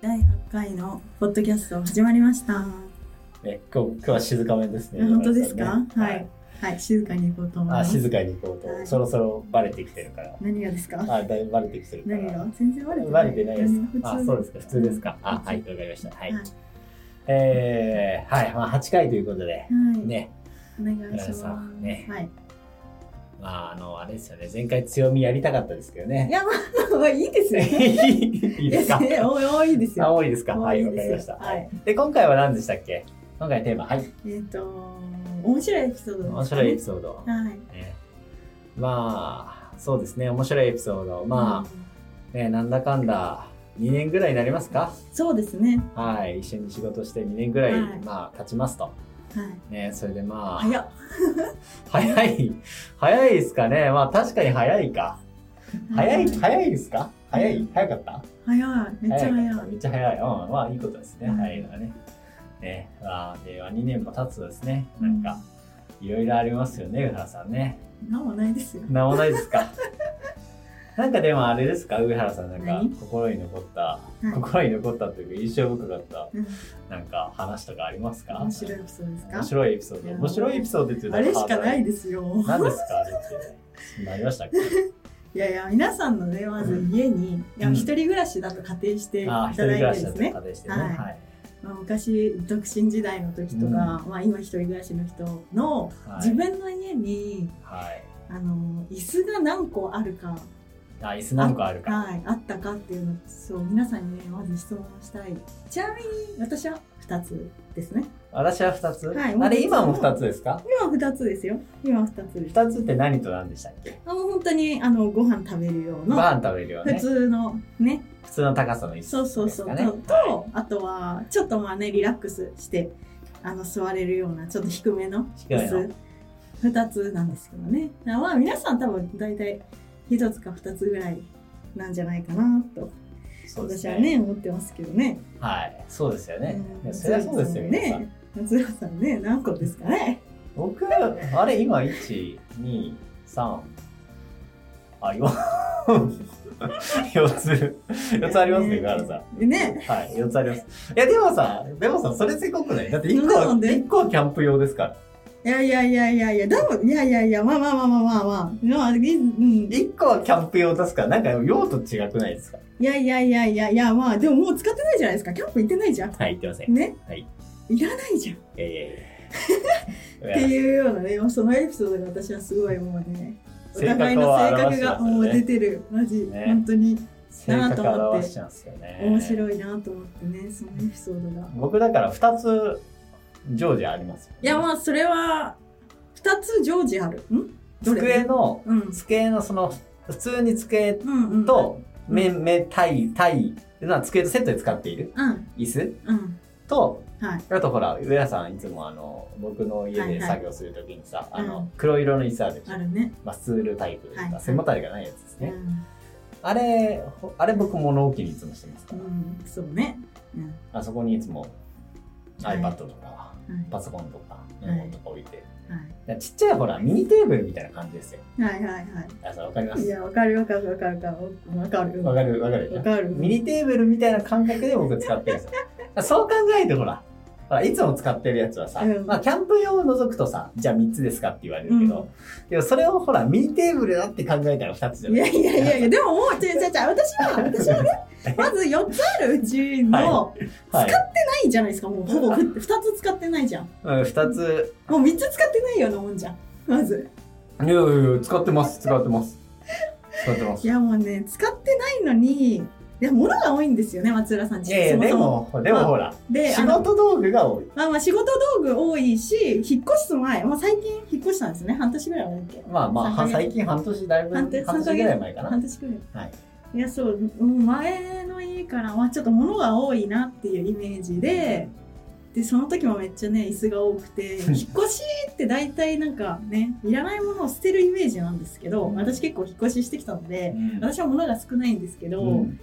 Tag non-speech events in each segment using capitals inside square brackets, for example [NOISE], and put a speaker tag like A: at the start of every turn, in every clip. A: 第8回のポッドキャスト始まりました。
B: ね、今日今日は静かめですね。
A: あ本当ですか
B: 山田さんね
A: はいはい、静かに行こうと思い
B: あ、
A: ます。
B: 静かに行こうと、
A: はい
B: そろそろバレてきてるから。
A: 何がですか
B: あ、だいぶバレてきてるから。
A: 何が全然バレてない。
B: バレてないですか。あ、
A: 何
B: そ
A: も
B: うですか。普通ですか。あ、はい、
A: 普
B: わかりました。は。
A: はいい。はい
B: えー、はい、まあ8回ということで、ね、
A: お願いし
B: 皆
A: ます
B: さんね。
A: はい。
B: まああのあれですよね。前回強みやりたかったですけど
A: い
B: ね。
A: や、まあ、まあいいですよ。
B: [LAUGHS] いいですか。
A: いや多い多いです
B: あ、
A: よ。
B: 多いですか。はい、わかりました。
A: は
B: はいい。で、今回は何でしたっけ。今回テーマ、はい、
A: えっ、と、面白いエピソードです、ね。
B: 面白いエピソード。
A: はい。
B: ね、まあそうですね面白いエピソードま
A: うん
B: あ、ね、なんだかんだ2年ぐらいになりますか
A: そうですね。
B: はい一緒に仕事して2年ぐらい、
A: はい
B: まあ経ちますと
A: はい。
B: ねそれでまあ
A: 早っ。
B: 早い早いですかねまあ確かに早いか早い
A: 早い。
B: 早いですか早
A: うん
B: い早かった
A: 早いめっちゃ早い。
B: かっためっちゃ早いうんまあいいことですね
A: うん
B: 早いのはねねまあでは2年も経つとですねなんかいろいろありますよね上原さんね
A: なんもないですよ。
B: なんもないです
A: [LAUGHS]
B: か。なんかでもあれですか、上原さん、なんか
A: 何
B: 心に残った、
A: い
B: 心に残ったというか、印象深かった、
A: うん
B: なんか話とかありますか
A: 面白いエピソードですか
B: 面白いエピソー
A: い
B: ド。
A: や
B: 面白いエピソードっていうの
A: あ
B: は
A: れしかない
B: ハ
A: ですよ。
B: ードル何ですかあれって。そんなありましたっけ
A: いやいや、皆さんのね、まず家に、いや
B: うん
A: 一人暮らしだと仮定してい
B: ああ、
A: た
B: 一人
A: だいて
B: 暮ら
A: で
B: しだ
A: す
B: った家
A: ね、
B: 庭してね。
A: は
B: はいい。
A: まあ、昔、独身時代の時とか、
B: うん
A: まあ、今一人暮らしの人の、
B: はい
A: 自分の家に、
B: はい。
A: あの、椅子が何個あるか、
B: あ、椅子何個あるか。
A: はい、あったかっていうのを、そう、皆さんにね、まず質問したい。ちなみに、私は2つですね。
B: 私は二つ、
A: はい
B: あれ、今も二つですか
A: 今は2つですよ。今は2つです。
B: 二つって何と何でしたっけ
A: あの、本当に、あの、ご飯食べる用の、
B: バーン食べるよ
A: 普
B: ね。
A: 通のね、
B: 普通の高さの椅
A: そう
B: 子
A: そう
B: で
A: そ
B: す
A: う、
B: かね。
A: ととあとはちょっとまあねリラックスしてあの座れるようなちょっと低めの
B: 低
A: 椅
B: めの
A: 子2つなんですけどねまあ皆さん多分大体1つか2つぐらいなんじゃないかなと
B: そうで
A: 私
B: す
A: はね思ってますけどね
B: はい、そうですよね。
A: う
B: い
A: ん
B: やそりゃそうですよ皆さん
A: ね松浦さんね何個ですかね
B: 僕、あれ、今、1、2、3、あ、4、4つ、4つありますね、ガールさん。
A: んね
B: はい、4つあります。いや、でもさ、でもさ、それせこくないだって1個
A: な
B: は、
A: んで
B: 一個はキャンプ用ですから。
A: いやいやいやいやいやでもいやいやいやまあまあまあまあまあまあまあいうん
B: 1個はキャンプ用ですから、なんか用途違くないですか
A: いやいやいやいやいやまあでももう使ってないじゃないですかキャンプ行ってないじゃん
B: はい、言ってません。い
A: ね、
B: はい、
A: らないじゃんっ
B: やいやい
A: [LAUGHS]
B: や。
A: ていうようなねそのエピソードが私はすごいもうねお
B: 性格を
A: 互いの性
B: 表
A: 格
B: して
A: が
B: ますよね
A: もう出てるマジ、
B: ね
A: 本当に
B: 性格表しちゃうんですよね。
A: 面白いなと思ってねそのエピソードが
B: 僕、だから2つ、常時ありますよね、
A: いやまあそれは2つ常時あるんどれ
B: 机の、
A: うん
B: 机のその普通に机
A: うんうん
B: と
A: うん
B: 目、目、体、体、な机とセットで使っている
A: うん
B: 椅子
A: うん
B: と、
A: はい
B: あとほら、上田さんいつもあの、僕の家
A: はいはい
B: で作業するときにさ、あ
A: うん
B: の、黒色の椅子あるでしょ
A: あ。るね、
B: まあ、スツールタイプと
A: はいいうは
B: か、
A: い
B: 背もたれがないやつですね。
A: うん
B: あれ、ほあれ僕物置にいつもしてますか
A: う
B: ら、
A: ん、そうね、うん
B: あそこにいつも
A: はい
B: iPad とか、
A: は
B: パソコンとか、メモとか置いて。
A: い
B: だからちっちゃいほら、ミニテーブルみたいな感じですよ。
A: はい、はいはいは
B: あそうわかりま
A: いい
B: す
A: やわかるわかるわかるわかるわかる
B: わかるわかるでしょ
A: わかる
B: ミニテーブルみたいな感覚で僕使ってるんです
A: [LAUGHS]
B: よ。そう考えてほら、ほらいつも使ってるやつはさ、
A: うん
B: まあキャンプ用を除くとさ、じゃあ3つですかって言われるけど、でもそれをほら、ミニテーブルだって考えたら2つじゃ
A: い
B: な
A: や
B: い
A: いやいやいや、でももう、違う違う違う、私は、私はね、まず4つあるうちの、
B: はい。
A: ないじゃないですか、もうほぼ2つ使ってないじゃん。
B: うん、2つ、
A: もう3つ使ってないようなもんじゃん。まず。
B: いやいやいや、使ってます、使ってます。使ってま
A: い
B: す。
A: やもうね、使ってないのに、いや、物が多いんですよね、松浦さん
B: い
A: ち
B: やいや、
A: そも
B: で
A: そ
B: も、でもほら、
A: で、あ
B: 仕
A: の、
B: 事道具が多い。
A: まあまあ仕事道具多いし、引っ越す前、もう最近引っ越したんですね、半年ぐらい前だっけ
B: まあまあ、
A: 三ヶ
B: は
A: 月
B: 最近半年だいぶ、
A: 半
B: 半
A: 年
B: 年
A: 三ヶ月
B: ぐらい前かな
A: 半。年ぐらい。
B: はい。
A: いや、そう、もう前の家からはちょっと物が多いなっていうイメージで、でその時もめっちゃね椅子が多く
B: [LAUGHS]
A: て引っ越しって大体なんかねいらないものを捨てるイメージなんですけど私結構引っ越ししてきたの
B: う
A: で
B: ん、
A: 私は物が少ないんですけど、
B: う
A: うん
B: ん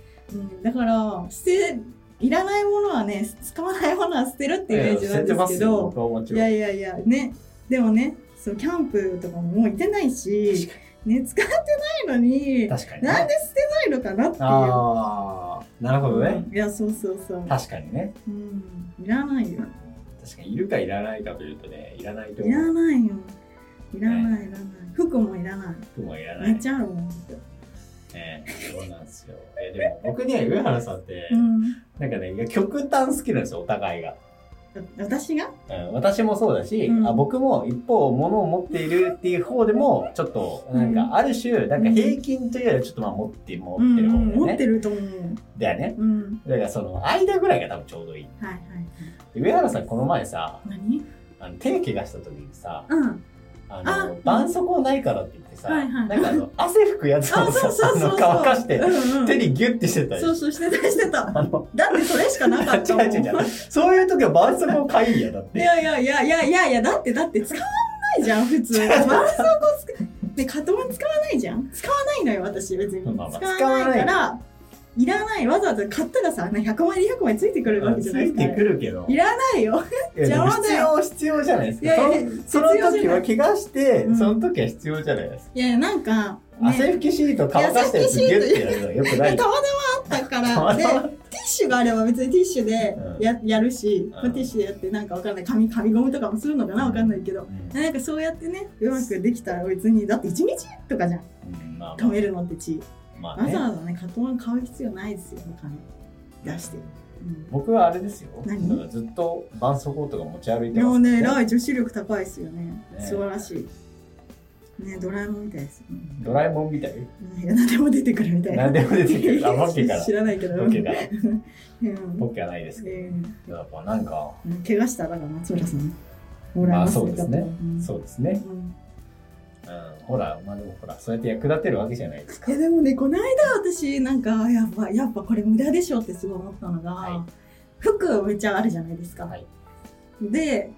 A: だから捨ていらないものはね使わないものは捨てるっていうイメージ
B: い
A: な
B: や
A: ん
B: 知って
A: で
B: ます
A: け
B: すよ
A: ど
B: 僕はもち
A: い
B: ろん
A: やいやいやねでもねそうキャンプとかももう行ってないし、ね、使ってないのに
B: 確かにね。
A: なんで捨てないのかなっていう
B: ああなるほどね。
A: いやそうそうそう、
B: 確かにね。
A: うん、いらないよ
B: 確かにいるかいらないかというとね、いらないと
A: い
B: 思
A: ら
B: う。
A: ないよいらないいらない服もいらない
B: 服もいらな
A: め
B: い。
A: っちゃあるもん、
B: ね、そうなんですよ。えでも僕ね、上原さんって、
A: うん
B: なんかね、いや極端好きなんですよ、お互いが。
A: 私が
B: うん、私もそうだし、
A: うん
B: あ、僕も一方、物を持っているっていう方でも、ちょっと、な
A: う
B: ん
A: ん
B: か、ある種、なんか平均というよりは、ちょっとまあ、持って、持
A: う
B: っ
A: ん
B: て
A: う
B: る方
A: ん、持
B: だ
A: っ
B: よ
A: て
B: ね。
A: ると思う。
B: だよね。
A: うん、
B: だから、その、間ぐらいが多分ちょうどいい。
A: はいはいはい。
B: で上原さん、この前さ、
A: 何？
B: あの手怪我した時にさ、
A: うん。
B: あ
A: あ
B: の、絆創膏ないからって言ってさ、
A: はいはい
B: なんかあの、汗拭くやつ
A: あ、
B: を
A: そ
B: さ
A: うそうそうそ
B: あの
A: う。
B: 乾かして、
A: うんうん
B: 手。にギュッてしてたり
A: そうそうしてたしてた。
B: あの、
A: だってそれしかなかっ
B: [LAUGHS] 違
A: た
B: う
A: もん。
B: 違う違う。そういう時は絆創膏買いや、だっ
A: い
B: て。
A: やいやいやいやいやいやだってだって使わないじゃん普
B: [LAUGHS]
A: 通。絆創膏使ねカトン使わないじゃん。使わないのよ私別に。
B: まあまあ
A: 使わないからいらないわざわざ買ったらさあんな100枚200枚ついてくるわけ
B: つ
A: じゃない
B: い
A: で
B: て
A: すか
B: く。るけど。
A: いらないよ。
B: いやでも
A: 邪魔
B: 必
A: だ
B: 要
A: よ
B: 必要じゃないです
A: いやい
B: か
A: や
B: その
A: 必要
B: その
A: じゃ
B: 時
A: な
B: はい怪我して、
A: うん
B: その時は必要じゃないですか、
A: いやなんか、
B: 汗拭きシート乾かしたやつ
A: い
B: ギュ
A: や
B: ッてやるのよくな
A: で
B: い
A: たまたまあったか
B: [LAUGHS] た
A: ら
B: ま
A: で
B: たま
A: ティッシュがあれば別にティッシュで
B: うん
A: や,、やるし、まあ
B: うん
A: ティッシュでやってなんかわかんない紙紙ゴムとかもするのかなわかんないけど、
B: うん
A: なんかそうやってねうまくできたら別にだって1日とかじゃん
B: うんまあ
A: 止めるのって血
B: まあ
A: わざ
B: ね
A: わざねカトン買う必要ないですよお金出して、うん
B: 僕はあれですよ
A: 何
B: だからずっと絆創膏とか持ち歩いて
A: で
B: ま
A: も
B: す
A: ね偉い女子力高いですよね
B: ね
A: 素晴らしいねドラえもんみたいですよね
B: ドラえもんみたい
A: うんいや何でも出てくるみたいな
B: 何でも出てく
A: [LAUGHS]
B: るあボケから
A: 知らないけど
B: ボケが
A: うん
B: ボケはないですけ
A: えー
B: どやっぱなんか
A: 怪我したらだから松浦さんもらいます
B: まあそうですねそうですね、
A: 多分うん
B: うん、ほらまあでもほらそうやって役立てるわけじゃないですか
A: いやでもねこの間私なんかやっぱやっぱこれ無駄でしょってすごい思ったのが、
B: は
A: 服めっちゃあるじゃないですか、
B: はい
A: で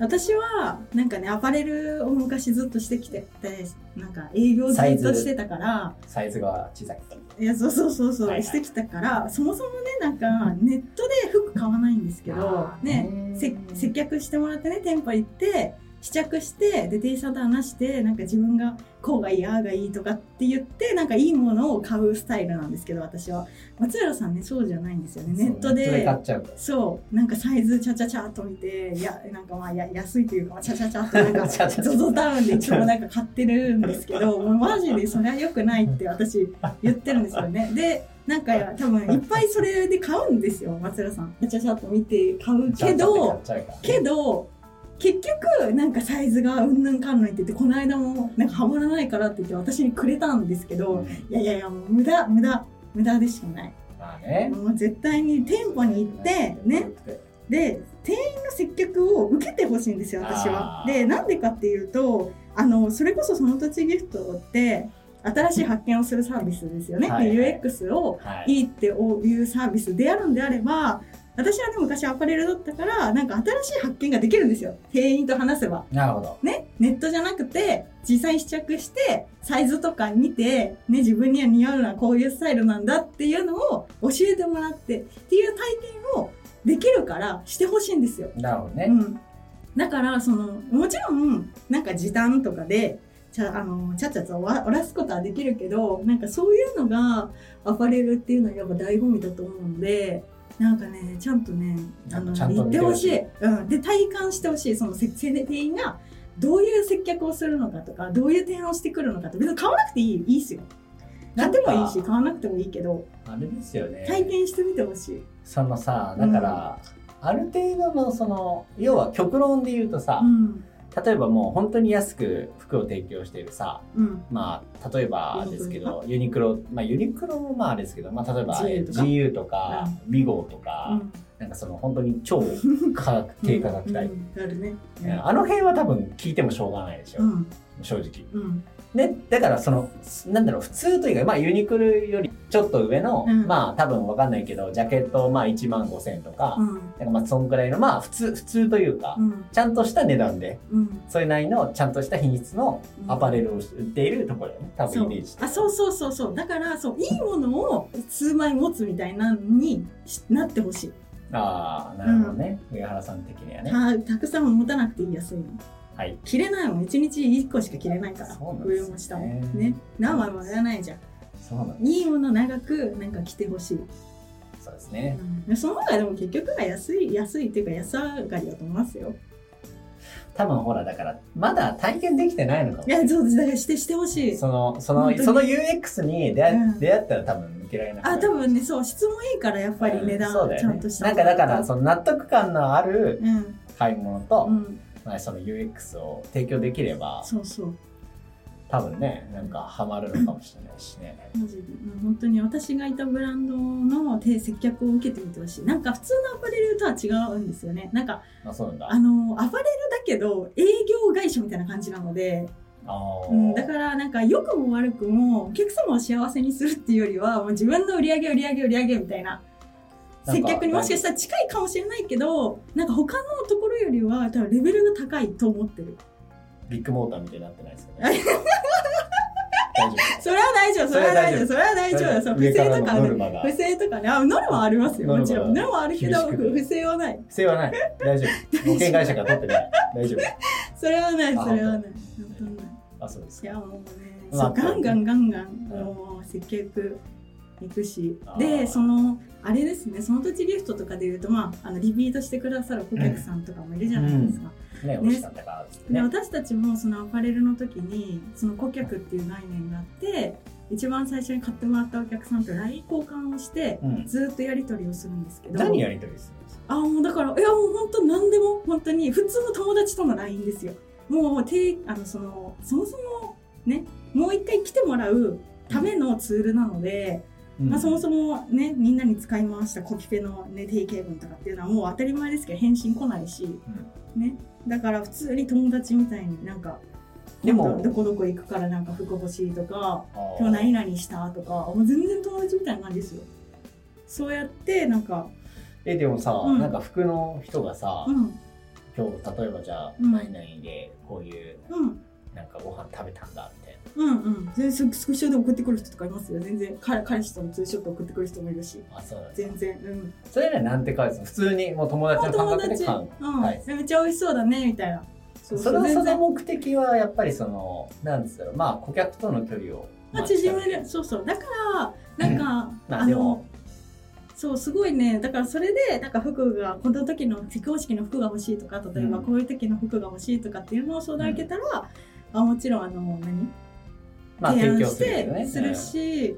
A: 私はなんかねアパレルを昔ずっとしてきててなんか営業ず
B: サイ
A: っ
B: ズ
A: としてたから
B: サイズが小さくて
A: いやそうそうそうそう、
B: はいはい
A: してきたからそもそもねなんかネットで服買わないんですけど
B: あー
A: ね
B: うん
A: せ接客してもらってね店舗行って試着してで店員さんと話してなんか自分がこうがいいああがいいとかって言ってなんかいいものを買うスタイルなんですけど私は松浦さんねそうじゃないんですよねネット
B: そうネットで
A: で
B: 買っちゃうか
A: そうなんかサイズちゃちゃちゃっと見ていやなんかまあや安いというかまあちゃちゃちゃっとなんか [LAUGHS]
B: [LAUGHS] ちゃちゃ
A: ゾゾタウンでいつもなんか買ってるんですけ
B: [LAUGHS]
A: どもうマジでそれは良くないって私言ってるんですよねでなんか多分いっぱいそれで買うんですよ松浦さんちゃちゃちゃっと見て買う
B: ちゃ
A: け
B: んと買
A: ど
B: っちゃうから
A: けど結局なんかサイズがうんぬんかんぬんって言ってこの間もなんかハマらないからって言って私にくれたんですけ
B: う
A: ど
B: ん
A: いやいやいやもう無駄無駄無駄でしかない
B: まあね
A: もう絶対に店舗に行ってねで店員の接客を受けてほしいんですよ私は
B: あ。ー
A: でなんでかっていうとあのそれこそその土地ギフトって新しい発見をするサービスですよね。
B: はいはい
A: で UX を
B: はい、
A: いいっていうサービスであるんであれば私はね昔アパレルだったからなんか新しい発見ができるんですよ店員と話せば。
B: なるほど
A: ね、ネットじゃなくて実際試着してサイズとか見て、ね、自分には似合うのはこういうスタイルなんだっていうのを教えてもらってっていう体験をできるからしてほしいんですよ。
B: なるほど
A: う
B: ね、
A: ん、だからそのもちろんなんか時短とかでちゃあのちゃっちゃと折らすことはできるけどなんかそういうのがアパレルっていうのはやっぱ醍醐味だと思うので。なんかねちゃんとねあの
B: ちゃんと
A: 言っ
B: 見
A: て
B: て
A: ほ
B: ほ
A: し
B: し
A: い
B: い
A: うん、で体感してほしいそのせせ店員がどういう接客をするのかとかどういう提案をしてくるのかって別に買わなくていいいいっすよ買ってもいいし買わなくてもいいけど
B: あれですよね
A: 体験してみてほしい、
B: そのさだから、ある程度のその要は極論で言うとさ、
A: うん
B: 例えばもう本当に安く服を提供しているさ
A: うん、
B: まあ例えばですけどユニクロまあユニクロもまああれですけど、まあ、例えば
A: GU とか
B: GU とか WIGO とか、
A: うん
B: なんかその本当に超価格低価格帯、
A: うんうんあるね、
B: うんあの辺は多分聞いてもしょうがないでしょ、
A: うん
B: 正直
A: うん
B: ね、だからそのなんだろう普通というか、まあ、ユニクロよりちょっと上の、
A: うん
B: まあ多分わかんないけどジャケットまあ1万5千とか,、
A: うん
B: なんかまあそんくらいのまあ普通普通というか、
A: うん
B: ちゃんとした値段で
A: うん
B: それなりのちゃんとした品質のアパレルを売っているところよね多分
A: そ
B: イ
A: う
B: メージとして
A: あそうそうそうそうだからそういいものを数枚持つみたいなのにしなってほしい、
B: ああなるほどね、上原さん的にはね
A: たたくさん持たなくていい安いの
B: はい
A: 着れないもん1日1個しか着れないから、
B: そうなんで
A: 上
B: すよね
A: も下もね何枚もやらないじゃん
B: そうなんです
A: いいもの長くなんか着てほしい
B: さですね。
A: うんその方がでも結局は安い安いっていうか安上がりだと思いますよ
B: 多分ほら、だから、まだ体験できてないのかも
A: い。やそうですだからしてしてほしい
B: その、そ
A: 本
B: の、
A: 当に
B: その UX に出会,、
A: うん
B: 出会ったら多分抜けられなくな
A: あ
B: る
A: 多分ねそう質もいいからやっぱり値
B: うんそ
A: 段
B: うだよね
A: ちゃんとした
B: なんかだから、その納得感のある
A: うん
B: 買い物と、
A: うん
B: まあその UX を提供できれば、
A: そうそう
B: 多分ね、なんかハマるのかもしれないしね。
A: マジでうん本当に私がいたブランドの手接客を受けてみてほしいなんか普通のアパレルとは違うんですよねなんか
B: あ、そうなんだ。
A: あのアパレルだけど営業会社みたいな感じなので、
B: あー
A: うん、だからなんか良くも悪くもお客様を幸せにするっていうよりはもう自分の売り上げ売り上げ売り上げみたいな
B: なん
A: 接
B: か
A: 客にもしかしたら近いかもしれないけどなんか他のところよりは多分レベルが高いと思ってる
B: ビッグモーターみたいになってないですよね。
A: [LAUGHS]
B: 大丈夫
A: それは大丈夫それは大丈夫それは大丈夫そう不
B: 上か
A: 正
B: ら
A: とかあ
B: のノ
A: る
B: ルマが。
A: 不正とかねあノルマはありますよもちろん
B: ノ
A: ノ
B: ル
A: ルマはあるけど
B: 厳しく
A: 不正はない
B: 不正はない。大丈
A: [LAUGHS]
B: 夫。保険会社から取ってない。大丈
A: それはない
B: あ
A: それはない本
B: 本
A: 当
B: 当
A: ない
B: 夫。あ、そうです
A: い
B: か。
A: やもうね、
B: まあ
A: そうガンガンガンガン
B: うん
A: もう接客行くし
B: あー
A: でそのあれですねその土地ギフトとかでいうと、まあ、あのリピートしてくださる顧客さんとかもいるじゃないですか、
B: ね、おじさんだからっつって
A: で
B: ね。
A: 私たちもそのアパレルの時にその顧客っていう概念があって一番最初に買ってもらったお客さんと LINE 交換をして
B: うん。
A: ずっとやり取りをするんですけど
B: 何やりとりするんですか
A: あもうだからいやもう本当何でも本当に普通の友達との LINE ですよもうてあのそのそもそもねもう一回来てもらうためのツールなので、まあ、そもそもねみんなに使い回したコピペの、ね、定型文とかっていうのはもう当たり前ですけど返信来ないし、ね、だから普通に友達みたいになんか
B: でも
A: 今度どこどこ行くからなんか服欲しいとか
B: も
A: 今日何々したとかもう全然友達みたいな感じですよそうやってなんか
B: えでもさ、
A: うん
B: なんか服の人がさ、
A: うん
B: 今日例えばじゃあ、
A: うん
B: 何々でこういう
A: うん
B: なんかご飯食べたんだみたい
A: うんうん全然スクショで送ってくる人とかいますよ全然彼彼氏とのツーショット送ってくる人もいるし
B: なあそうなんです
A: 全然うん
B: それねなんて返すの普通にもう友達の感
A: 友
B: 覚で
A: 達、
B: 買う
A: うん
B: はい
A: めっちゃ美味しそうだねみたいなそ
B: そのそ
A: 全
B: の
A: 然
B: 目的はやっぱりそのなんつうのまあ顧客との距離を、
A: まあ
B: まあ
A: 縮めるそうそうだからなんか、
B: ま
A: あ
B: あで
A: の
B: も
A: そうすごいねだからそれでなんか服がこの時の結婚式の服が欲しいとか例えば
B: うん
A: こういう時の服が欲しいとかっていうのを相談受けたら、あもちろんあの何
B: まあ
A: 提
B: 提
A: 案
B: 供
A: し
B: するけど
A: て
B: ね
A: するし、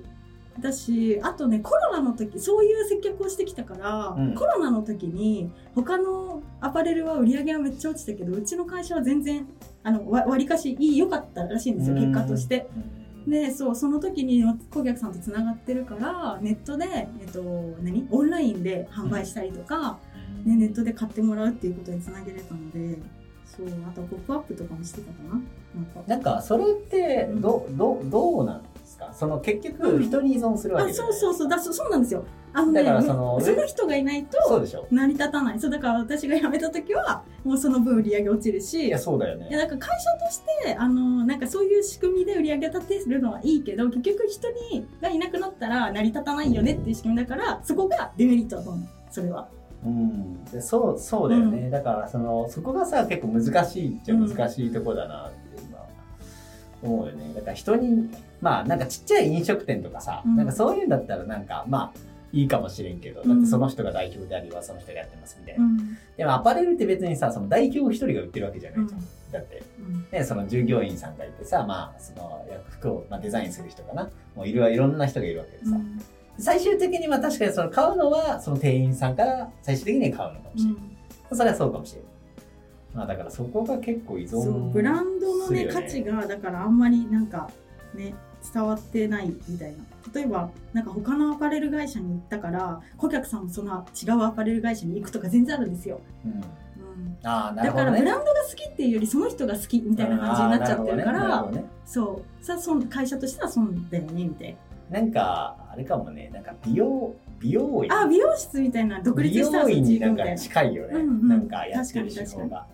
A: だしあとねコロナの時そういう接客をしてきたから、
B: うん
A: コロナの時に他のアパレルは売り上げはめっちゃ落ちたけどうちの会社は全然あのわ割りかしいい良かったらしいんですよ
B: うん
A: 結果として。
B: うん
A: でそうその時に顧客さんとつながってるからネットで、えっと、何オンラインで販売したりとか、ね、ネットで買ってもらうっていうことにつなげれたのでそうあと「ポップアップとかもしてたかななんか
B: なんかそれってどどどうなんですかその結
A: う
B: 局
A: ん
B: 人に依存するわけ
A: あ
B: じ
A: そ
B: ゃないう
A: そうそうだそうそうなんですよあの、
B: だからその
A: その人がいない
B: そ
A: と
B: うでしょ
A: 成り立たないそうだから私が辞めた時はもうその分売り上げ落ちるし
B: い
A: い
B: や
A: や
B: そうだよね
A: なんか会社としてあのなんかそういう仕組みで売り上げ立てるのはいいけど結局人にがいなくなったら成り立たないよねっていう仕組みだからそこがデメリットだと思うそれは
B: うん、でそうそうだよね、だからそのそこがさ結構難しいっちゃ難しいとこだなって今思うよねだから人にまあなんかちっちゃい飲食店とかさ、
A: うん
B: なんかそういうんだったらなんかまあいいかもしれんけどだってその人が代表でありはその人がやってますみたいな、
A: うん
B: でもアパレルって別にさその代表一人が売ってるわけじゃ
A: う
B: ない
A: ん
B: じゃん、だって
A: うん
B: ねその従業員さんがいてさまあその服を、まあ、デザインする人かなもういるいろんな人がいるわけで
A: う
B: さ、
A: ん
B: 最終的には確かにその買うのはその店員さんから最終的に買うのかもしれない、それはそうかもしれない。まあだからそこが結構依存
A: そうブランドの
B: する
A: ね
B: よ
A: 価値がだからあんまりなんかね伝わってないみたいな例えばなんか他のアパレル会社に行ったから顧客さんもその違うアパレル会社に行くとか全然あるんですよ、
B: うん
A: うん、
B: ああ、なる
A: だ
B: ほ
A: か
B: ど
A: ら
B: ね。
A: ブランドが好きっていうよりその人が好きみたいな感じになっちゃってるか
B: あー
A: ら
B: なほどねなるほどね
A: そうさそん会社としては損だよねみたい
B: なんか、あれかもね、なんか美容、美容院。
A: なあ美容室みたいな独立
B: 美
A: したら
B: 容
A: そっ
B: 院
A: ち行
B: にな
A: く
B: ん
A: みた
B: か
A: いな
B: 近いよね。
A: うんうん
B: なんかやってる手法が。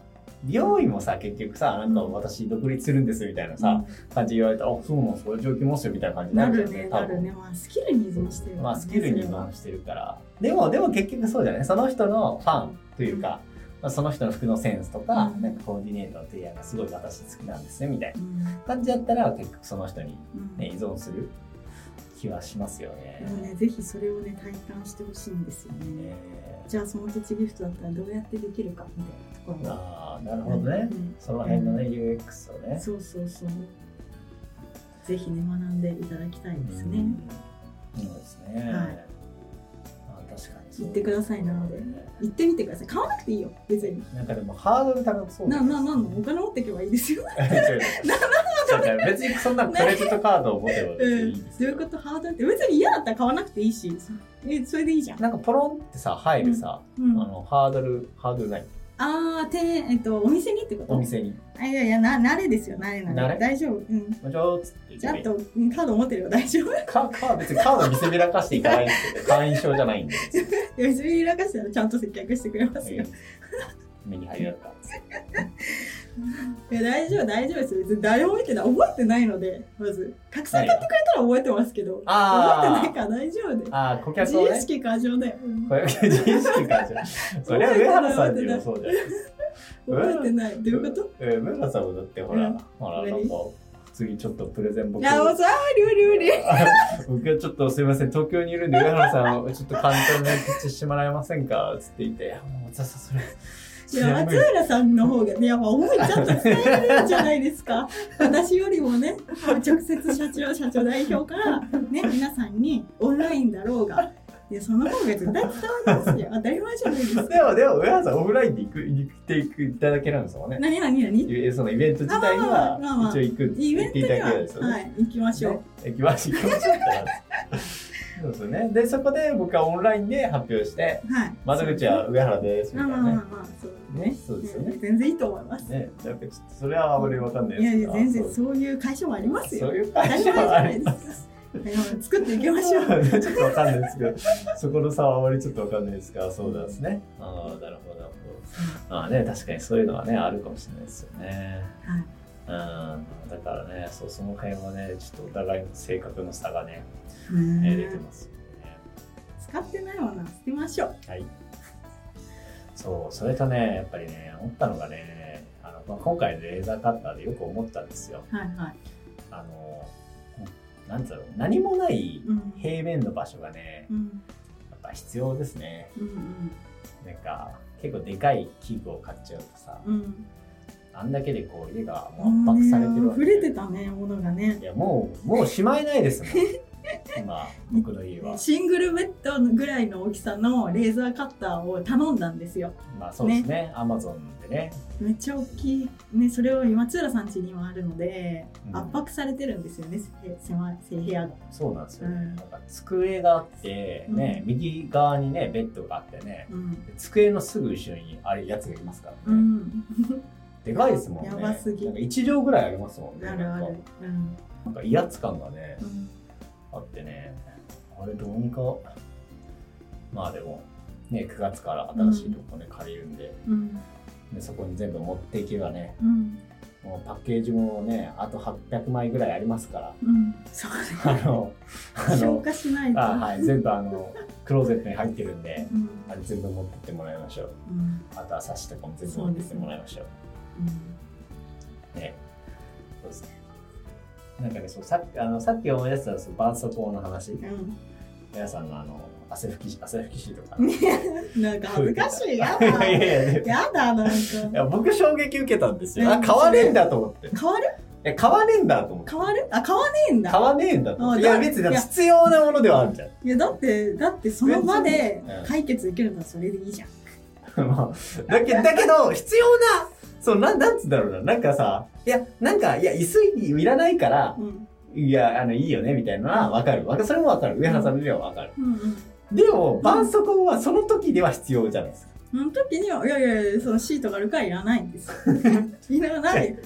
B: 美容院もさ、結局さ、なんか私独立するんですみたいなさ、感じ言われたら、あ、そうなん、それ状況ますよみたいな感じ
A: う
B: に
A: ん
B: な
A: な
B: る
A: る
B: じゃん
A: ね
B: ね、
A: なるね、まあ、スキルに依存してるよね
B: まあ、スキルに依存してるから。でも、でも結局そうじゃないその人のファンというか、まあ、その人の服のセンスとか、
A: うん
B: なんかコーディネートの提案がすごい私好きなんですね、みたいな
A: うん
B: 感じだったら、結局その人に、
A: うん
B: ね、依存する。気はしますよね。
A: でもねぜひそれをね体感してほしいんですよね
B: え
A: じゃあその土地ギフトだったらどうやってできるかみたいなとこ
B: ー
A: ろ
B: ああ、なるほどね
A: う。ん
B: その辺のね、UX をね。
A: そうそうそうぜひね学んでいただきたいですね、
B: うん。そうです
A: は
B: ね。
A: い
B: あ確かにそう。
A: 行ってくださいなので行ってみてください買わなくていいよ別に
B: なんかでもハードル高そう
A: なななんのお
B: の
A: 金持ってけばいいです
B: [LAUGHS]
A: よ、
B: 別にそんなクレジットカードを持てば
A: う
B: 別
A: ん
B: にいいです
A: どういうことハードルって別に嫌だったら買わなくていいしえそれでいいじゃん、
B: なんかポロンってさ入るさ、
A: うん、
B: あ
A: あ
B: のハードルハードルない
A: あーてえっとお店にってこと
B: お店に
A: あいやいやな慣れですよ慣れ慣れ
B: 慣れ
A: 大丈夫うん
B: 「こんにちは」っつって
A: ちゃんとうんカード持ってるよ大丈夫い
B: カカー別にカード見せびらかしていかないんですけど会員証じゃないんで
A: や別にらかしたらちゃんと接客してくれますよ、
B: 目に入らなかっ
A: いや大丈夫大丈夫です別に誰も見てない覚えてないのでまずたくさん買ってくれたら覚えてますけど
B: た
A: 覚えてな
B: あ
A: いから大丈夫で
B: ーあー顧
A: 自
B: 客を
A: 意
B: ね
A: 識過剰だよ、うん
B: これ自意識かじゃんそれは上原さんでもそうじゃないですか
A: 覚えてないどういうこと
B: えー、村さんもだってほら、
A: うん
B: ほら、なんか、次ちょっとプレゼン僕。
A: いやもうさあ料理料理
B: 僕はちょっとすいません、東京にいるんで、上原さん、ちょっと簡単な口してもらえませんかつって言って、いやもう、ささ、それ。
A: いや松浦さんの方がねやっぱ思いちゃんと伝えられるじゃないですか私よりもね直接社長社長代表からね皆さんにオンラインだろうがいやその方が絶対伝わりますよ当たり前じゃないですか
B: でも、でも、上原さん、オフラインで行く、行っていく、いただけるんですもんね。
A: 何何何
B: えそのイベント自体には
A: あまあまあまあ、
B: 一応行く、
A: イベ
B: 行
A: ン
B: っ
A: ト
B: てい
A: に
B: ただ
A: は、
B: けるんですよね。
A: はい行きましょう、
B: ね行きます、行きますってなる。そうです
A: [LAUGHS]
B: よね。で、そこで僕はオンラインで発表して、
A: はい
B: 窓口は上原です、み
A: ま
B: た
A: あ
B: い
A: まあ
B: な
A: まあ
B: ね。
A: まあそう
B: ね、そうですよね。
A: 全然いいと思います
B: ね、なんかちょっとそれはあまりわかんない
A: いやい
B: け
A: や
B: ど
A: 全然そういう会社もあります
B: そ
A: よ
B: ういう
A: 当た
B: 会
A: り前じ
B: 社
A: ゃ
B: はあ
A: ない
B: り
A: で
B: ます
A: かでも作っていきましょう
B: す。 [LAUGHS] ちょっとわかんないですけど、そこの差はあまりちょっとわかんないですが、そうなんですね。ああ、なるほど、なるほど。まあね、確かにそういうのはね、あるかもしれないですよね。
A: はい
B: うん、だからね、そう、その辺はね、ちょっとお互いの性格の差がね、
A: うん
B: え出てますよね。
A: 使ってないものは捨てましょう
B: はい。そう、それとね、やっぱりね、思ったのがね、あの、まあ、今回のレーザーカッターでよく思ったんですよ。
A: はいはい
B: あの、なんつうの、何もない
A: うん
B: 平面の場所がね
A: う、ん
B: やっぱ必要ですね。
A: うん
B: なんか、結構でかい器具を買っちゃうとさ、
A: うん
B: あんだけでこう家が
A: う
B: も
A: ん
B: う圧迫されてる
A: 溢れてたねものがね
B: いや、もう、もうしまえないですもん。今、僕の
A: [LAUGHS]
B: 家は。
A: シングルベッドぐらいの大きさのレーザーカッターを頼んだんですよ
B: まあそうですね、アマゾンでね。
A: めっちゃ大きいねそれを今松浦さん家にもあるので、
B: うん
A: 圧迫されてるんですよねせ狭いせ部屋が
B: そうなんですよね。
A: うん
B: なんか机があって、ね、右側にね、ベッドがあってね、
A: うん、
B: で机のすぐ後ろにあれやつがいますからね。
A: うん、
B: でかいですもんね。
A: やばすぎ
B: なんか1畳ぐらいありますもんね。
A: あるあ
B: なんか
A: るうん、
B: なんか威圧感がね
A: う、ん、
B: あってね、あれどうにか、まあでも、ね、9月から新しいとこね、借りるんで
A: うん
B: で、そこに全部持っていけばね、
A: うん
B: もうパッケージもね、あと800枚ぐらいありますから、
A: うんそう
B: あの、あ
A: 消
B: の、
A: 化しないと
B: あはい、全部あの、クローゼットに入ってるんで、
A: うん
B: あれ全部持ってってもらいましょう。
A: うん
B: あとは冊子とかも全部持ってってもらいましょう。ね、そうですね。なんかね、そうさっきあのさっき思い出したのその絆創膏の話、
A: うん
B: 皆さんのあの汗拭き汗拭きシートか
A: う [LAUGHS]
B: な。
A: んなんか恥ずかしいや
B: [LAUGHS] い
A: だ
B: やいやいや
A: やだなんか
B: いや僕衝撃受けたんですよ。
A: ね
B: あ買わねえんだと思って。い
A: 変わる
B: や買わねえんだと思って。
A: 変わるあ変わねえん
B: 買
A: だ
B: わねえんだと思って。
A: あ
B: いや
A: だ
B: 別にだっ
A: い
B: て
A: や
B: 必要なものではあるじ
A: いやだってだってその場で
B: 別にうん
A: 解決できるのはそれでいいじゃん
B: ゃん。まあだけだけど必要なそうなんなんつうんだろうななんかさいやなんかいや椅子いらないから
A: うん
B: いやあのいいよねみたいなのはわかるわかそれもわかる上原さんの理はわかる。
A: うんうん
B: でも絆創膏はその時では必要じゃないですか。
A: その時にはいやいやいやそのシートがあるからいらないんです [LAUGHS] いらない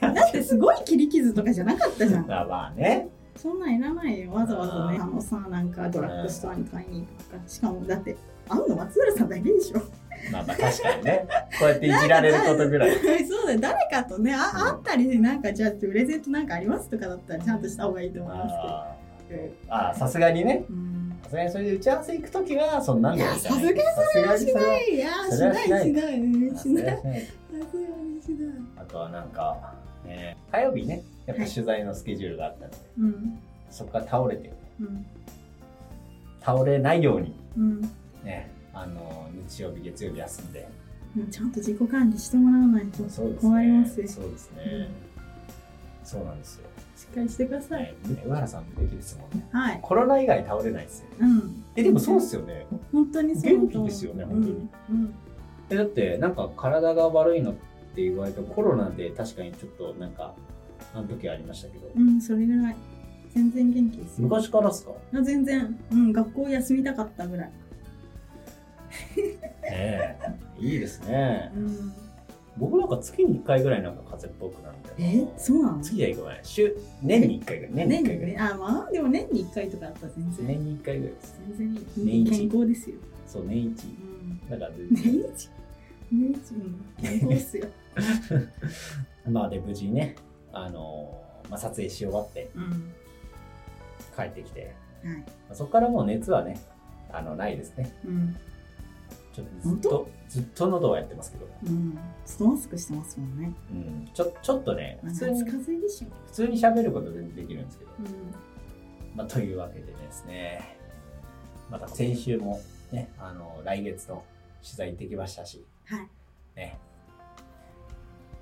A: だってすごい切り傷とかじゃなかったじゃん
B: まあまあね。
A: そんなんいらないよわざわざね
B: あー
A: あのさなんかドラッグストアに買いに行くとかしかもだって会うの松浦さんだけでしょ
B: まあまあ確かにね。こうやっていじられることぐらい。
A: そうだよ誰かとねあ
B: う
A: 会ったりでなんかじゃあプレゼントなんかありますとかだったらちゃんとした方がいいと思いますけど
B: あーあー、さすがにね。
A: うん
B: さすがにそれで打ち合わせ行く時はそんなんではいかない。
A: いや
B: さすがにそれは。
A: いやーし
B: それは
A: ない
B: し
A: し
B: な
A: ないいしないうん
B: さ
A: し
B: す
A: ない
B: がにしない
A: さすがにしない
B: あとはなんか、ね、火曜日ね、やっぱ取材のスケジュールがあったので、
A: うん
B: そこから倒れて、
A: うん
B: 倒れないように
A: うん
B: ねあの日曜日月曜日休んで
A: うんちゃんと自己管理してもらわないと
B: そうですね
A: 困りますよし
B: そうですね、そうなんですよ、
A: っかりしてください
B: ね、上原さん無敵ですもんね
A: はい
B: コロナ以外倒れないですよね
A: うん
B: えでもそうですよね
A: 本当にそうだと思う
B: 元気ですよね本当に
A: うんうん
B: えだってなんか体が悪いのって言われてコロナで確かにちょっとなんかあの時ありましたけど、
A: うん、それぐらい。全然元気ですよ。
B: 昔からですか
A: あ全然、うん、学校休みたかったぐらい。
B: ねえいいですね
A: うん、
B: 僕なんか月に1回ぐらいなんか風邪っぽくなるみたい
A: え
B: な、
A: そうなの。
B: 月じゃいかない週年に1回ぐらい年
A: 年
B: に
A: に
B: 1回ぐらい
A: ね、あ、まあ、でも年に一回とかあったら全然。
B: 年に1回ぐらいです
A: 全然い
B: 年
A: い
B: 一
A: 健康ですよ。
B: そう年一
A: うん、
B: だから全
A: 年
B: 然
A: 一。年一、うん、健康です
B: [LAUGHS]
A: よ。
B: まあで無事ねあのーまあ、撮影し終わって
A: うん、
B: 帰ってきて、
A: はい、
B: まあ、そこからもう熱はねあのないですね
A: うん、
B: ちょっとずっとずっと喉はやってますけど、
A: うん、ちょっとマスクしてますもんね。
B: うん、ちょちょっとね
A: まあ夏
B: 普通に普
A: 風邪でしょ。
B: 通に喋ること全然できるんですけど、
A: うん、
B: まあ、というわけでですねまた先週もねあの来月の取材行ってきましたし
A: はい、
B: ね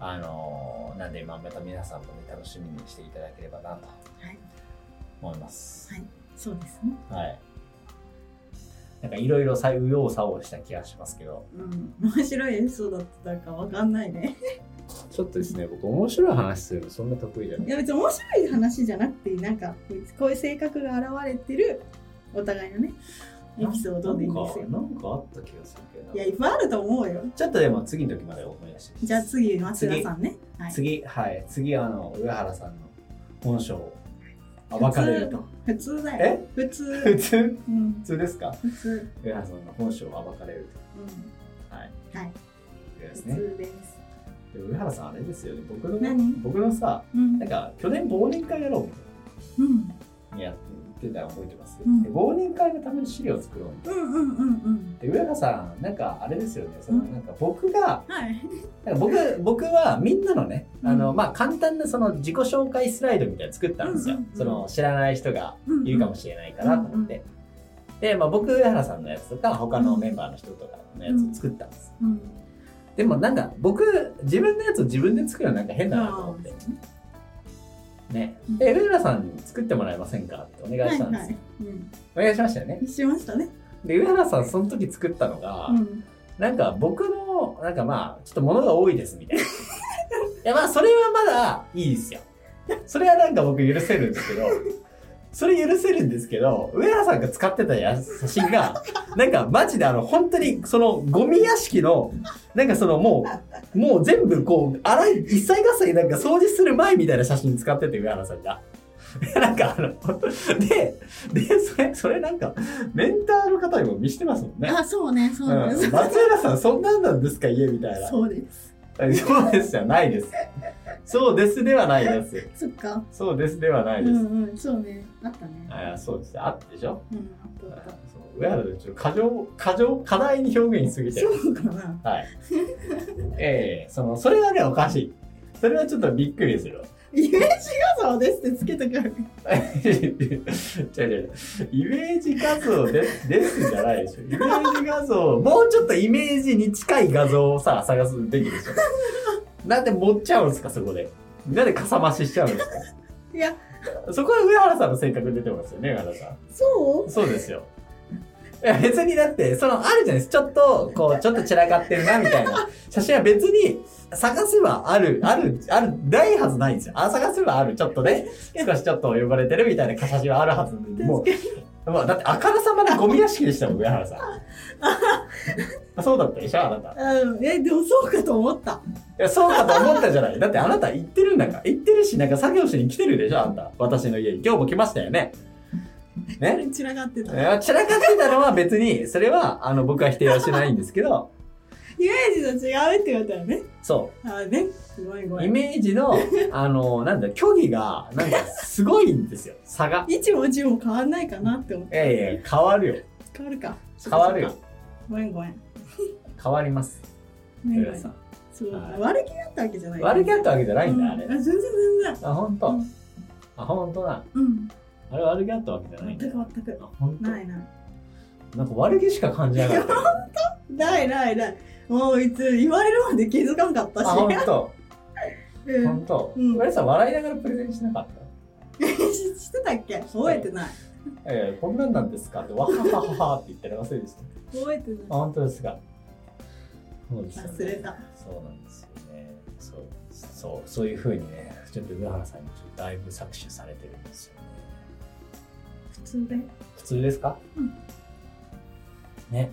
B: あのーなんで、まあ、また皆さんもね楽しみにしていただければなと
A: はい、
B: 思います
A: はいそうですね。
B: はい。なんかいろいろ左右右左をした気がしますけど。
A: うん、面白いエピソードだったかわかんないね。
B: ちょっとですね、僕面白い話するのそんな得意じゃ
A: [LAUGHS] い。や別に面白い話じゃなくてなんかこういう性格が現れてるお互いのねエピソードでいいんですよ
B: なんかなんかあった気がするけど
A: い
B: な。
A: やいっぱいあると思うよ
B: ちょっとでも次の時まで思い出して。
A: じゃあ次松田さんねはい
B: 次、はい。次、あの、上原さんの本性を暴かれると。
A: 普通だよ
B: え
A: 普 [LAUGHS]
B: 普
A: 通
B: 通
A: うん
B: 普通ですか
A: 普通
B: 上原さんの本性を暴かれる
A: う
B: と。はい。
A: んはい
B: で
A: 普
B: すね。
A: 通です
B: で上原さんあれですよね。僕の
A: 何
B: 僕のさ、
A: うん
B: なんか去年忘年会やろうみたいな。
A: うん
B: やってたの覚えてます、
A: うん
B: で忘年会のための資料を作ろうみたい
A: うんうんうんうん
B: なで上原さんなんかあれですよねその
A: うん
B: なんか僕が
A: はい
B: なんか僕僕はみんなのね、あの
A: うん
B: まあ簡単なその自己紹介スライドみたいなの作ったんですよ、
A: うんうんうん
B: その知らない人がいるかもしれないかなと思って、
A: う
B: で、まあ、僕上原さんのやつとか他のメンバーの人とかのやつを作ったんです、
A: うん
B: でもなんか僕自分のやつを自分で作るのなんか変だなと思って、ね
A: うん
B: で上原さんに作ってもらえませんかってお願
A: は
B: いし
A: い
B: たんで
A: は
B: すよ、
A: いうん
B: お願いしましたよね
A: しましたね
B: で上原さんその時作ったのが、
A: うん
B: なんか僕のなんかまあちょっと物が多いですみたいないやまあそれはまだいいですよそれはなんか僕許せるんですけどそれ許せるんですけど上原さんが使ってたや写真がなんかマジであの本当にそのゴミ屋敷のなんかそのもうもう全部こう洗い一切合切なんか掃除する前みたいな写真使ってて上原さんが [LAUGHS] なんかあのででそれそれなんかメンターの方にも見してますもんね
A: あそうねそう
B: うん
A: ね
B: 松浦さんそんなんなんですか家みたい
A: [LAUGHS]
B: な。
A: そうです
B: そうですじゃないです。そうですではないです。
A: そっか
B: そうですではな
A: う
B: いです。
A: んうんそうねあったね
B: あそうです。あったでしょ。
A: うんあったあった
B: そう上原でちょっと過剰過剰過大に表現しすぎてる。
A: そうかな。
B: はい。ええそのそれはねおかしい。それはちょっとびっくりするわ。
A: イメージ画像ですってつけとく。
B: 違う違う違うイメージ画像でですじゃないでしょイメージ画像もうちょっとイメージに近い画像をさ探すべきでしょなんで持っちゃうんですかそこでなんでかさ増ししちゃうんです
A: いや、
B: かそこは上原さんの性格出てますよね上原さん
A: そう
B: そうですよ。いや別にだって、その、あるじゃないですか。ちょっと、こう、ちょっと散らかってるな、みたいな。写真は別に、探せばある、ある、ある、ないはずないんですよ。あ、探せばある、ちょっとね、少しちょっと汚れてるみたいな写真はあるはず。も
A: 確かに。
B: う、もうだって、あからさまなゴミ屋敷でしたもん、上原
A: [LAUGHS]
B: さん。そうだったでしょ、あなた。い
A: うん、え、でもそうかと思った。
B: や、そうかと思ったじゃない。だって、あなた行ってるんだから。行ってるし、なんか作業しに来てるでしょ、あんた。私の家に。今日も来ましたよね。ね
A: 散らかってた。イメ
B: えー散らかってたのは別に、それは、あの、僕は否定はしないんですけど、
A: ージと違うってことだよね。
B: そ
A: あね、すごいご
B: う、
A: め
B: イ
A: ん。
B: メージの、あの、なんだ、虚偽が、なんか、すごいんですよ、差が。
A: 位置も字も変わんないかなって思っ
B: い
A: た。
B: やいやいや、変わるよ。
A: 変わるか。
B: 変わるよ。
A: ごめんごめん。
B: 変わります。
A: ごめんごめん。
B: さ
A: そ
B: ん
A: う、
B: はい
A: 悪気だったわけじゃない。
B: 悪気あったわけじゃないんだ、
A: う
B: あれ。
A: 全然全然。
B: あ、ほんと
A: うん。
B: あ、ほんとな。
A: うん。
B: ああれ悪気あったわけじゃないんだ
A: 全く全く
B: あ本当
A: ないない
B: なんか悪気しか感じなかった
A: ないないないもういつ言われるまで気づかんかった
B: [LAUGHS] あ
A: し
B: 本当
A: う
B: 本
A: ん
B: 当、
A: うん
B: あれさ笑いながらプレゼンしなかった
A: ししてたっけ覚えてない
B: ええこんなんなんですかって、わははははって言ったら忘れでした。
A: 覚えてない
B: [LAUGHS] あ、本当ですか。そうですよね
A: 忘れた。
B: そうなんですよね。そう、そう、そういう風にね、ちょっと上原さんにちょっとだいぶ搾取されてるんですよね。
A: 普通で
B: 普通ですか。
A: うん
B: ね。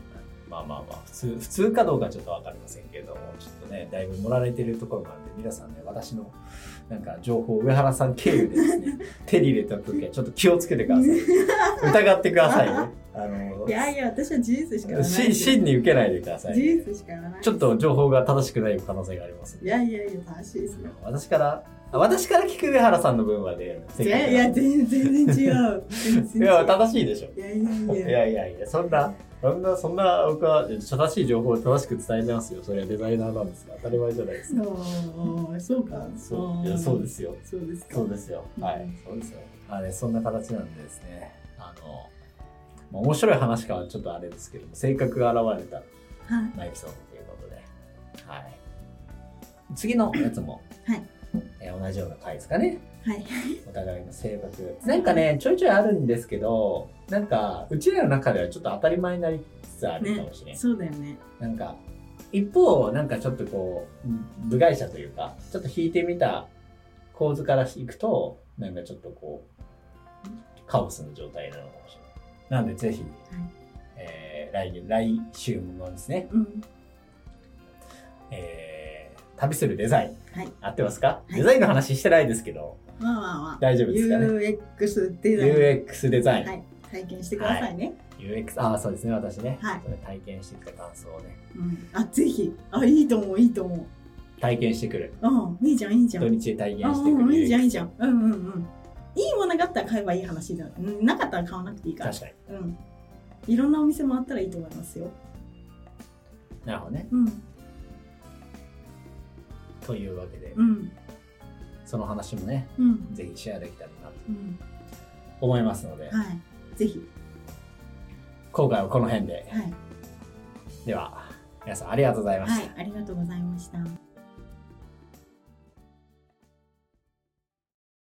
B: まあまあまあ、普通、普通かどうかちょっとわかりませんけれども、ちょっとね、だいぶ盛られてるところがあって、皆さんね、私の。なんか情報を上原さん経由でですね、手に入れた時はちょっと気をつけてください。疑ってくださいね。あの。
A: いやいや私は事実しか言わない
B: 真真に受けないでください、
A: 事実しか言わない
B: ちょっと情報が正しくない可能性があります
A: いやいやいや正しいですよ
B: 私からあ私から聞く上原さんの分はね
A: いやいや
B: い
A: 全然違う全然違う
B: や正しいでしょ
A: いやいや
B: い
A: いや
B: やいやいやそんなそんなそんな僕は正しい情報を正しく伝えてますよそれはデザイナーなんですから当たり前じゃないですか
A: そうそうか
B: そういやそうですよ
A: そうですか
B: そうですよは
A: う
B: い
A: ん
B: そうですよあれそんな形なんでですねあのまあ面白い話かはちょっとあれですけども性格が現れた
A: はい
B: エピソードということで、はい、次のやつも、
A: はい
B: えー同じような回ですかね
A: はい
B: お互いの性格なんかねちょいちょいあるんですけどなんかうちらの中ではちょっと当たり前になりつつあるかもしれない、
A: そうだよね
B: なんか一方なんかちょっとこう部外者というかちょっと引いてみた構図からいくとなんかちょっとこうカオスの状態なのかもしれないなんでぜひ、えー来年来週もですね
A: うん
B: えー旅するデザイン。
A: はい
B: 合ってますか、
A: い
B: デザインの話してないですけど、
A: まあまあまあ
B: 大丈夫ですかね。
A: UX デザイン
B: UX デザイン。
A: はい体験してくださいね
B: UX、ああ、そうですね、私ね。
A: はい
B: それ体験してきた感想をね。
A: うんあぜひあいいと思ういいと思う
B: 体験してくる。
A: うんいいじゃんいいじゃん
B: 土日で体験
A: あ
B: し
A: う
B: てく
A: ん
B: る。
A: いいじゃんいいじゃんうんうんうんいいものがあったら買えばいい話だうんなかったら買わなくていいから
B: 確かに。
A: うんいろんなお店回ったらいいと思いますよ
B: なるほどね。
A: うん
B: というわけで、
A: うん
B: その話もね、
A: うん
B: ぜひシェアできたらなと
A: うん
B: 思いますので、
A: はいぜひ
B: 今回はこの辺で。
A: はい
B: では、皆さんありがとうございました。
A: はいありがとうございました